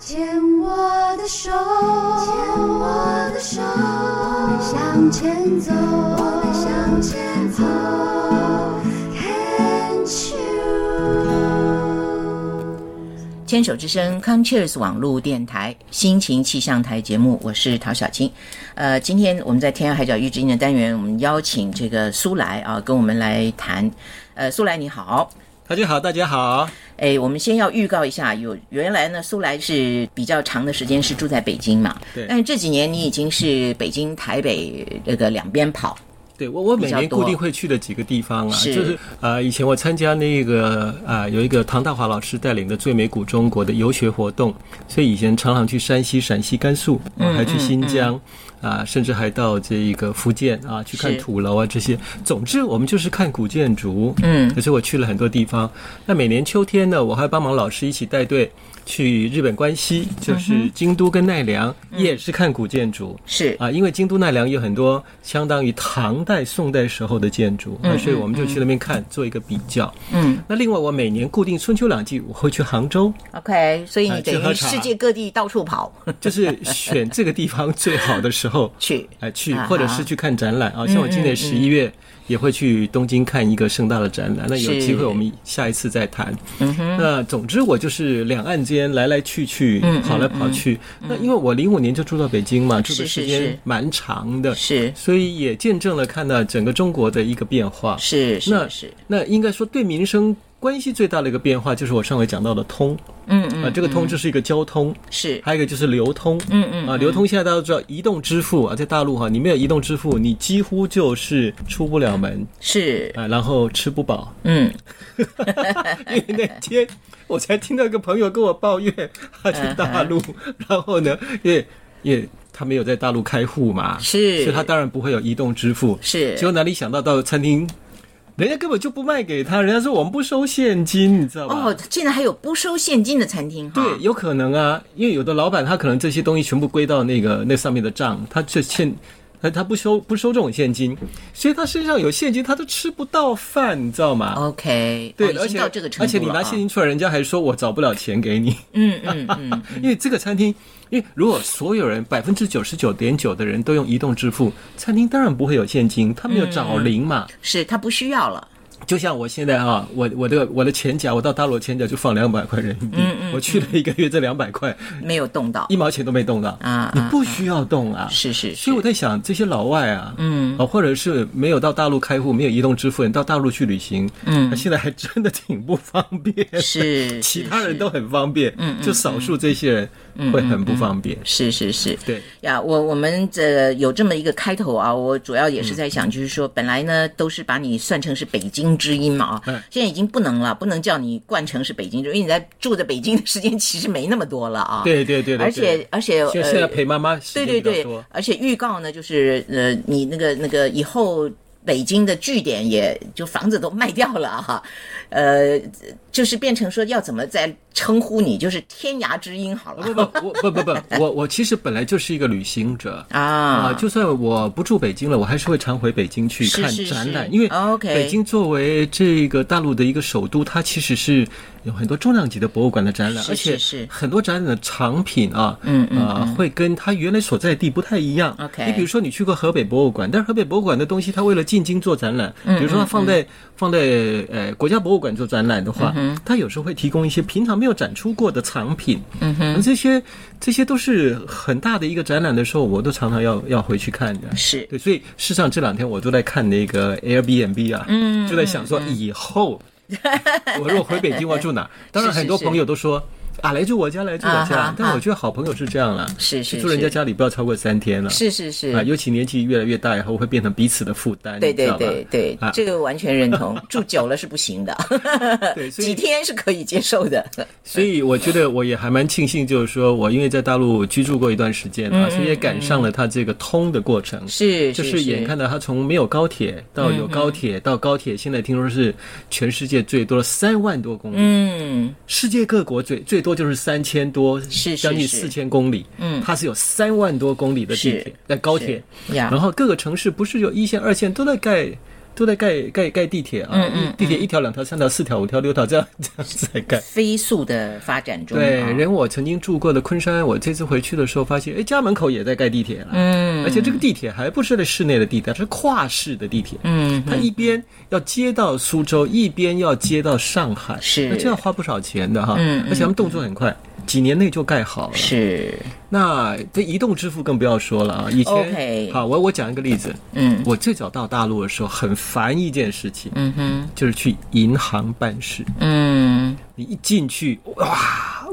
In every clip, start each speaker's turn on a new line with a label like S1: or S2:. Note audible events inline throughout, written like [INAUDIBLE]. S1: 牵我的手，牵我的手，我们向前走，我们向前走。Can't you？
S2: 牵手之声 c o n c h e e r s 网络电台心情气象台节目，我是陶小青。呃，今天我们在天涯海角遇知音的单元，我们邀请这个苏来啊，跟我们来谈。呃，苏来你好，
S3: 大家好，大家好。
S2: 哎，我们先要预告一下，有原来呢，苏来是比较长的时间是住在北京嘛，
S3: 对
S2: 但是这几年你已经是北京、台北这个两边跑，
S3: 对我，我每
S2: 比
S3: 年
S2: 较多
S3: 固定会去的几个地方啊，
S2: 是
S3: 就是呃，以前我参加那个呃，有一个唐大华老师带领的最美古中国的游学活动，所以以前常常去山西、陕西、甘肃，
S2: 嗯
S3: 啊还去新疆。啊，甚至还到这一个福建啊，去看
S2: 是
S3: 土楼啊这些。总之，我们就是看古建筑。
S2: 嗯
S3: 可是我去了很多地方。那每年秋天呢，我还帮忙老师一起带队去日本关西，
S2: 嗯
S3: 就是京都跟奈良，也是看古建筑。
S2: 是
S3: 啊，因为京都奈良有很多相当于唐代、宋代时候的建筑，啊，所以我们就去那边看，做一个比较。
S2: 嗯
S3: 那另外，我每年固定春秋两季，我会去杭州，
S2: ，OK，所以你
S3: 啊
S2: 等
S3: 去
S2: 于
S3: 喝茶
S2: 世界各地到处跑
S3: 就是 [LAUGHS] 选这个地方最好的时候
S2: 去，
S3: 哎去，
S2: 啊嗯
S3: 或者是去看展览啊。像我今年十一月也会去东京看一个盛大的展览，那有
S2: 是
S3: 机会我们下一次再谈。
S2: 嗯哼，
S3: 那总之，我就是两岸间来来去去
S2: 嗯嗯，
S3: 跑来跑去。那因为我零五年就住到北京嘛，住的
S2: 是是
S3: 时
S2: 是
S3: 间蛮长的，
S2: 是
S3: 所以也见证了看到整个中国的一个变化。
S2: 是
S3: 那
S2: 是是，
S3: 那应该说对民生关系最大的一个变化，就是我上回讲到的通
S2: 嗯
S3: 啊、
S2: 嗯
S3: 这个通就是一个交通，
S2: 是，
S3: 还有一个就是流通。
S2: 嗯嗯
S3: 啊，流通现在大家都知道，移动支付啊，在大陆哈、你没有移动支付，你几乎就是出不了门
S2: 是，
S3: 啊，然后吃
S2: [LAUGHS]
S3: 不饱。
S2: 嗯
S3: 因为那天我才听到一个朋友跟我抱怨，他去
S2: 嗯
S3: 大陆，然后呢，也也他没有在大陆开户嘛，
S2: 是
S3: 所以他当然不会有移动支付。
S2: 是
S3: 结果哪里想到到餐厅，人家根本就不卖给他，人家说我们不收现金，你知道吧？
S2: 哦，竟然还有不收现金的餐厅哈，
S3: 对，有可能啊，因为有的老板他可能这些东西全部归到那个那上面的账，他这现他他不收不收这种现金，所以他身上有现金他都吃不到饭，你知道吗？
S2: ，OK，
S3: 对，
S2: 哦已
S3: 而
S2: 经
S3: 且
S2: 到这个程度
S3: 而且你
S2: 了
S3: 拿
S2: 啊
S3: 现金出来，人家还说我找不了钱给你，
S2: 嗯嗯嗯，
S3: 因为这个餐厅，因为如果所有人百分之九十九点九的人都用移动支付，餐厅当然不会有现金，他没有
S2: 嗯
S3: 找零嘛。
S2: 是他不需要了，
S3: 就像我现在啊，我我的我的钱夹，我到大陆的钱夹就放两百块人民币，
S2: 嗯
S3: 我去了一个月，这两百块
S2: 没有动到
S3: 一毛钱都没动到
S2: 啊
S3: 你
S2: 啊
S3: 不需要动啊。
S2: 是是是
S3: 所以我在想，这些老外啊， [LAUGHS] 嗯，啊，或者是没有到大陆开户、没有移动支付人到大陆去旅行，嗯，现在还真的挺不方便。
S2: 是
S3: [LAUGHS] 其
S2: 是
S3: 他人都很方便，嗯，就少数这些
S2: 嗯
S3: 人会很不方便。
S2: 是是是，
S3: 对
S2: 呀，我我们这有这么一个开头啊，我主要
S3: 嗯
S2: 也是在想，就是说，本来呢都是把你算成是北京之音嘛啊，
S3: 嗯
S2: 现在已经不能了，不能叫你冠成是北京之音，因为你在住在北京的时间其实没那么多了啊。
S3: 对对对对
S2: 而且而且
S3: 现在现在
S2: 呃，
S3: 陪妈妈时
S2: 对
S3: 间
S2: 对
S3: 比较
S2: 对
S3: 多，，
S2: 而且预告呢，就是呃，你那个那个以后。北京的据点也就房子都卖掉了哈、啊，呃，就是变成说要怎么再称呼你，就是天涯之音好了
S3: 不 [LAUGHS] 不哦不，我不不不，我我其实本来就是一个旅行者。
S2: 啊
S3: 啊，就算我不住北京了，我还是会常回北京去
S2: 是
S3: 看
S2: 是
S3: 展览，
S2: 是
S3: 因为
S2: OK
S3: 北京作为这个大陆的一个首都，它其实是有很多重量级的博物馆的展览，
S2: 是
S3: 而且
S2: 是是
S3: 很多展览的藏品啊，
S2: 嗯嗯
S3: 啊、会跟它原来所在地不太一样。
S2: OK
S3: 你比如说你去过河北博物馆，但是河北博物馆的东西，它为了进京做展览，
S2: 嗯
S3: 比如说它放在放在呃国家博物馆做展览的话，
S2: 嗯
S3: 它有时候会提供一些平常没有展出过的藏品。嗯哼，这些这些都是很大的一个展览的时候，我都常常要要回去看的。
S2: 是
S3: 对，所以事实上这两天我都在看那个 Airbnb 啊，嗯，就在想说以后
S2: [LAUGHS]
S3: 我如果回北京，我要住哪儿？当然，
S2: 是是
S3: 很多
S2: 是
S3: 朋友都说啊，来住我家，来住我
S2: 啊
S3: 家
S2: 哈。
S3: 但我觉得好朋友是这样了，
S2: 是是
S3: 去住人家
S2: 是
S3: 家里不要超过三天了。
S2: 是是是
S3: 啊，尤其年纪越来越大以后，会变成彼此的负担，
S2: 对
S3: 你知
S2: 对
S3: 道吧
S2: 对对，
S3: 啊
S2: 这个完全认
S3: [LAUGHS]
S2: 同，住久了是不行的，
S3: 对，所
S2: 几
S3: 以
S2: 天是可以接受
S3: [LAUGHS]
S2: 的。
S3: 所以我觉得我也还蛮庆幸，就是说我因为在大陆居住过一段时间啊，所以也赶上了它这个通的过程。
S2: 嗯是嗯
S3: 就是眼看到它从没有高铁到有高铁，到高铁现在听说是全世界最多三万多公里，
S2: 嗯，
S3: 世界各国最最多就是三千多，
S2: 是
S3: 将近
S2: 是
S3: 四千公里。嗯，它是有三万多公里的地铁
S2: 是，啊
S3: 在高铁，
S2: 呀
S3: 然后各个城市不是有一线、二线都在盖都在盖盖盖地铁啊，
S2: 嗯
S3: 地铁一条、两条、三条、四条、五条、六条这样这样子在盖。
S2: 飞速的发展中。
S3: 对，
S2: 啊
S3: 人我曾经住过的昆山，我这次回去的时候发现，哎，家门口也在盖地铁了。嗯，而且这个地铁还不是在室内的地铁，它是跨市的地铁。
S2: 嗯，
S3: 它一边要接到苏州，一边要接到上海，
S2: 是
S3: 那这要花不少钱的哈。嗯，而且他们动作很快，几年内就盖好了。
S2: 是，
S3: 那这移动支付更不要说了啊！以前
S2: OK
S3: 好，我我讲一个例子，
S2: 嗯
S3: 我最早到大陆的时候很烦一件事情，
S2: 嗯哼，
S3: 就是去银行办事，
S2: 嗯
S3: 你一进去，哇，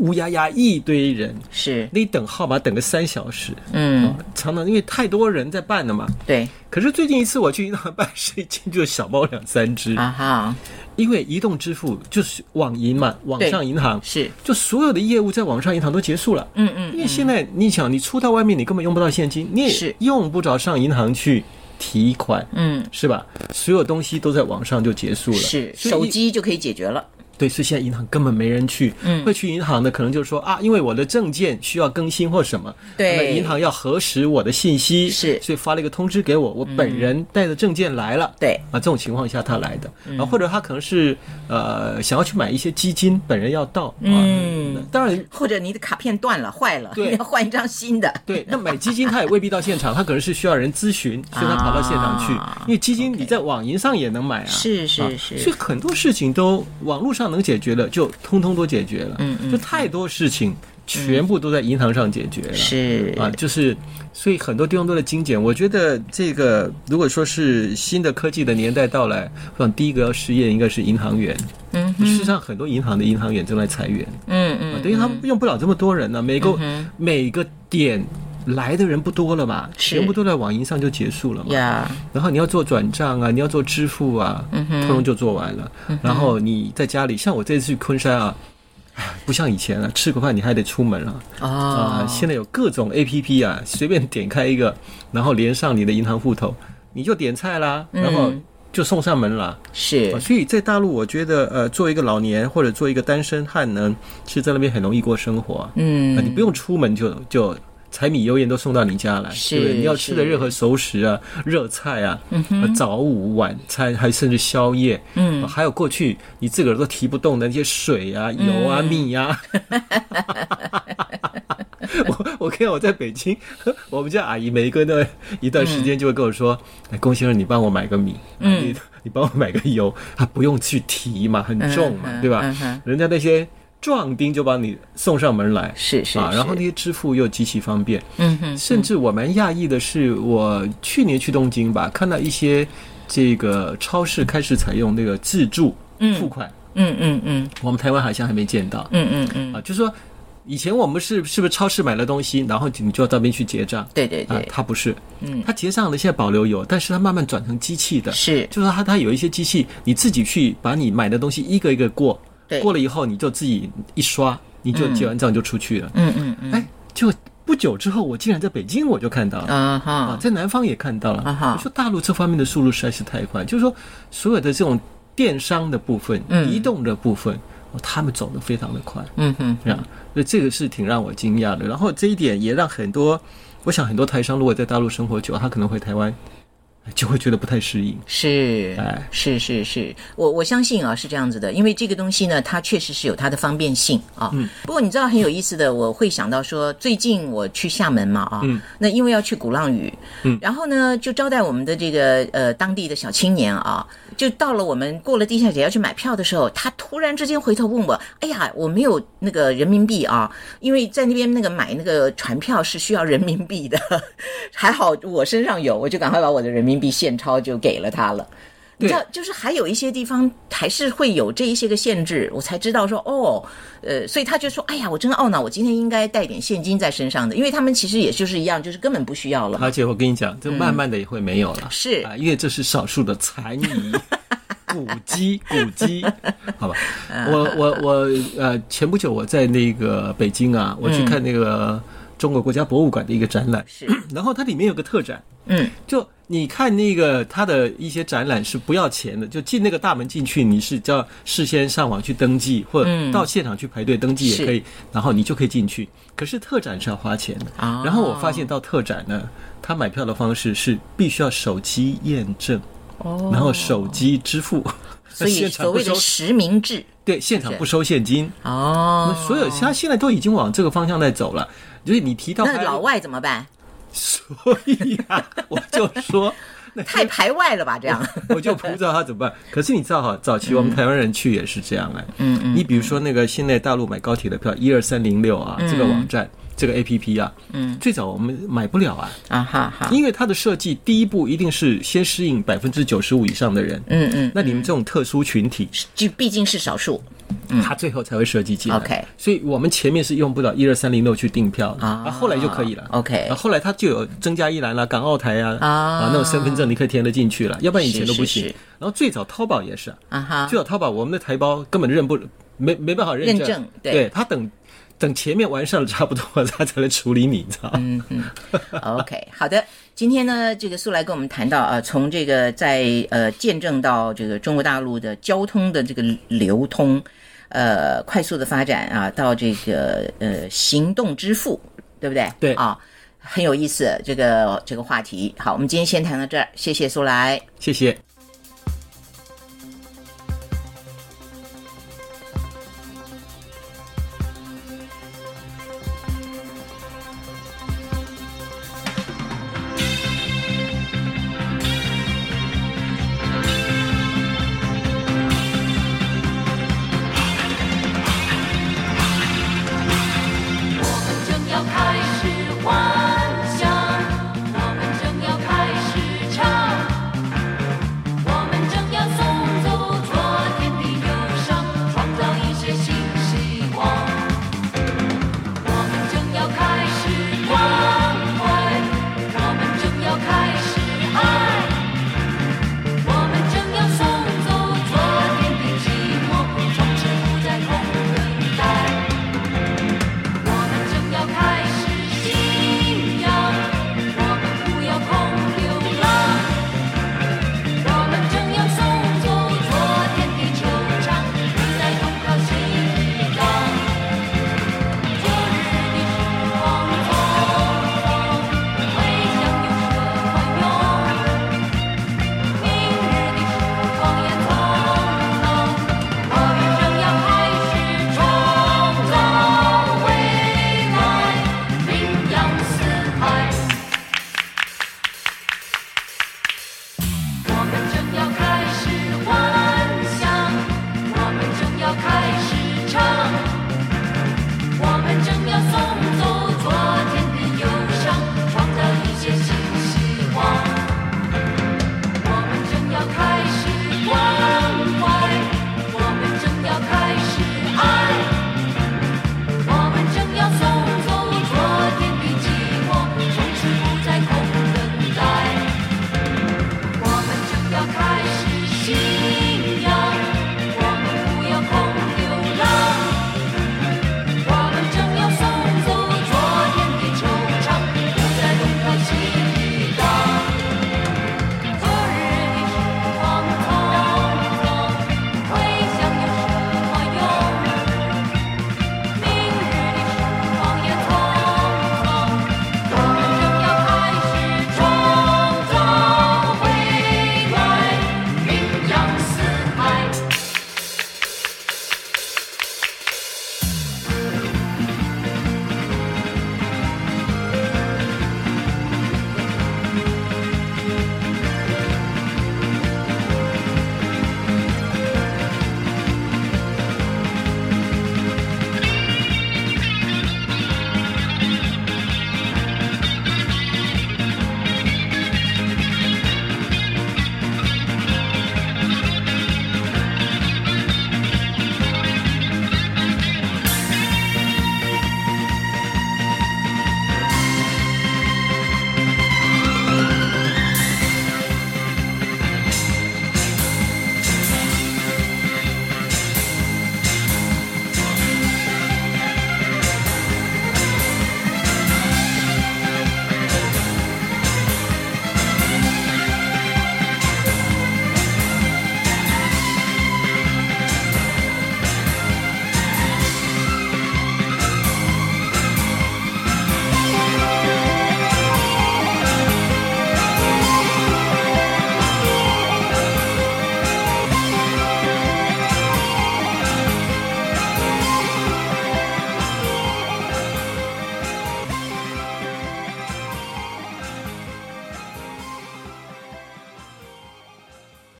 S3: 乌压压一堆人，
S2: 是，
S3: 你等号码等个三小时，哦
S2: 嗯
S3: 常常因为太多人在办了嘛。
S2: 对，
S3: 可是最近一次我去银行办事，一进去有小猫两三只，
S2: 啊哈，
S3: 因为移动支付就是网银嘛，网上银行
S2: 是，
S3: 就所有的业务在网上银行都结束了。
S2: 嗯嗯
S3: 因为现在你想，你出到外面，你根本用不到现金，你
S2: 是
S3: 也用不着上银行去提款，
S2: 嗯
S3: 是吧？所有东西都在网上就结束了。
S2: 是，
S3: 所以
S2: 手
S3: 一
S2: 机就可以解决了。
S3: 对，所以现在银行根本没人去，
S2: 嗯
S3: 会去银行的可能就是说啊，因为我的证件需要更新或什么，
S2: 对
S3: 那么银行要核实我的信息，
S2: 是嗯
S3: 所以发了一个通知给我，我本人带着证件来了，
S2: 对嗯
S3: 啊，这种情况下他来的，啊，或者他可能是呃想要去买一些基金，本人要到，啊、
S2: 嗯，
S3: 当然。
S2: 或者你的卡片断了、坏了，
S3: 对
S2: 要换一张新的。
S3: 对，那买基金他也未必到现场，他可能是需要人咨询，所以他跑到现场去。
S2: 啊
S3: 因为基金
S2: OK
S3: 你在网银上也能买啊，
S2: 是是
S3: 啊
S2: 是
S3: 所以很多事情都网络上能解决的，就通通都解决了。嗯嗯，就太多事情全部都在银行上解决了。
S2: 嗯是
S3: 啊，就是，所以很多地方都在精简。我觉得这个，如果说是新的科技的年代到来，我想第一个要失业应该是银行员。
S2: 嗯，
S3: 事实上很多银行的银行员正在裁员。
S2: 嗯
S3: 啊
S2: 嗯，
S3: 等于他们用不了这么多人呢、每个、每个点来的人不多了嘛，
S2: 是
S3: 全部都在网银上就结束了嘛。
S2: 呀，
S3: 然后你要做转账啊，你要做支付啊，通通就做完了。然后你在家里，像我这次去昆山啊。 [LAUGHS] 唉不像以前了、啊吃个饭你还得出门啊！啊、
S2: 哦，
S3: 现在有各种 A P P 啊，随便点开一个，然后连上你的银行户头，你就点菜啦，然后就送上门啦。
S2: 是
S3: 啊，所以在大陆，我觉得呃，做一个老年或者做一个单身汉呢，其实在那边很容易过生活啊。啊你
S2: 嗯，
S3: 不用出门就就柴米油盐都送到你家来，
S2: 是嗯
S3: 对不对？你要吃的
S2: 是
S3: 任何熟食啊、热菜啊，呃早午晚餐，还甚至宵夜，嗯、还有过去你自个儿都提不动的那些水啊、
S2: 嗯 [LAUGHS]
S3: 油啊、 [LAUGHS] 米呀、我我看我在北京， [LAUGHS] 我们家阿姨每一个那一段时间就会跟我说：“
S2: 嗯
S3: 哎，龚先生，你帮我买个米，嗯、你你帮我买个油，他不用去提嘛，很重嘛，
S2: 嗯
S3: 对吧？
S2: 嗯哼
S3: 人家那些壮丁就把你送上门来，
S2: 是是
S3: 啊，然后
S2: 是
S3: 那些支付又极其方便，
S2: 嗯哼，
S3: 甚至我蛮讶异的是，我去年去东京吧，看到一些这个超市开始采用那个自助付款，
S2: 嗯嗯嗯
S3: 我们台湾好像还没见到。
S2: 嗯嗯嗯，
S3: 啊，就是说以前我们是是不是超市买了东西，然后你就要到那边去结账？
S2: 对对
S3: 啊
S2: 对，，
S3: 它不是，
S2: 嗯
S3: 它结账的现在保留有，但是它慢慢转成机器的，
S2: 是
S3: 就是它它有一些机器，你自己去把你买的东西一个一个过，
S2: 对
S3: 过了以后你就自己一刷，你就结完账就出去了。
S2: 嗯嗯嗯
S3: 哎，就不久之后，我竟然在北京我就看到了。
S2: 啊
S3: 啊，
S2: 哈，
S3: 在南方也看到了。
S2: 啊哈
S3: 我说大陆这方面的速度实在是太快，就是说所有的这种电商的部分、
S2: 嗯
S3: 移动的部分，哦他们走得非常的快，
S2: 嗯哼，
S3: 这样，所以这个是挺让我惊讶的。然后这一点也让很多，我想很多台商如果在大陆生活久，他可能回台湾就会觉得不太适应。
S2: 是
S3: 哎
S2: 是是是，我我相信啊是这样子的，因为这个东西呢，它确实是有它的方便性啊。不过你知道很有意思的，我会想到说，最近我去厦门嘛啊，
S3: 嗯
S2: 那因为要去鼓浪屿，
S3: 嗯
S2: 然后呢就招待我们的这个呃当地的小青年啊，就到了我们过了地下铁要去买票的时候，他突然之间回头问我，哎呀，我没有那个人民币啊，因为在那边那个买那个船票是需要人民币的， [LAUGHS] 还好我身上有，我就赶快把我的人民币现钞就给了他了。你知道，就是还有一些地方还是会有这一些个限制，我才知道说哦，呃，所以他就说，哎呀，我真懊恼，我今天应该带点现金在身上的，因为他们其实也就是一样，就是根本不需要了嘛。
S3: 而且我跟你讲，这慢慢的也会没有了，
S2: 是
S3: 啊，因为这是少数的残遗。古迹，古迹，好吧，我我我呃，前不久我在那个北京啊，我去看那个中国国家博物馆的一个展览，
S2: 是，
S3: 然后它里面有个特展，
S2: 嗯，
S3: 就你看那个它的一些展览是不要钱的，就进那个大门进去，你是叫事先上网去登记，或者到现场去排队登记也可以，然后你就可以进去。可是特展是要花钱的。
S2: 哦
S3: 然后我发现到特展呢，他买票的方式是必须要手机验证。
S2: 哦
S3: 然后手机支付，
S2: [LAUGHS] 所以
S3: 现场
S2: 所
S3: 不
S2: 谓的
S3: 收
S2: 实名制
S3: 对现场不收现金，
S2: 哦
S3: 那，所有他现在都已经往这个方向在走了。就是你提到
S2: 那
S3: 还
S2: 老外怎么办？
S3: [LAUGHS] 所以啊，我就说，那
S2: 太排外了吧？这样
S3: 我就不知道他怎么
S2: [LAUGHS]
S3: 办。可是你知道哈，早期我们台湾人去也是这样哎、嗯嗯。你比如说那个现在大陆买高铁的票一二三零六啊，
S2: 嗯
S3: 这个网站这个 A P P 啊，嗯，最早我们买不了 [LAUGHS] 啊，
S2: 啊哈哈，
S3: 因为它的设计第一步一定是先适应百分之九十五以上的人，
S2: 嗯嗯，
S3: 那你们这种特殊群体，
S2: 就毕竟是少数，
S3: 它最后才会设计进
S2: 嗯
S3: 来。
S2: OK
S3: 所以我们前面是用不了一二三零六去订票的
S2: 啊
S3: 啊，后来就可以了。
S2: OK
S3: 啊后来它就有增加一栏啦、港澳台啊
S2: 啊
S3: 那种身份证你可以填得进去了，要不然以
S2: 是
S3: 前都不
S2: 是
S3: 行
S2: 是。
S3: 然后最早淘宝也是啊，
S2: 啊哈
S3: 最，早淘宝我们的台胞根本认不没没办法认
S2: 认证对
S3: 对他等等前面完善了差不多了，他才能处理你，你知道
S2: 嗯
S3: 吗？
S2: OK，好的，今天呢，这个素来跟我们谈到啊，从这个在呃见证到这个中国大陆的交通的这个流通，呃，快速的发展啊，到这个呃行动支付，对不对？
S3: 对
S2: 啊，很有意思这个这个话题。好，我们今天先谈到这儿，谢谢素来。
S3: 谢谢。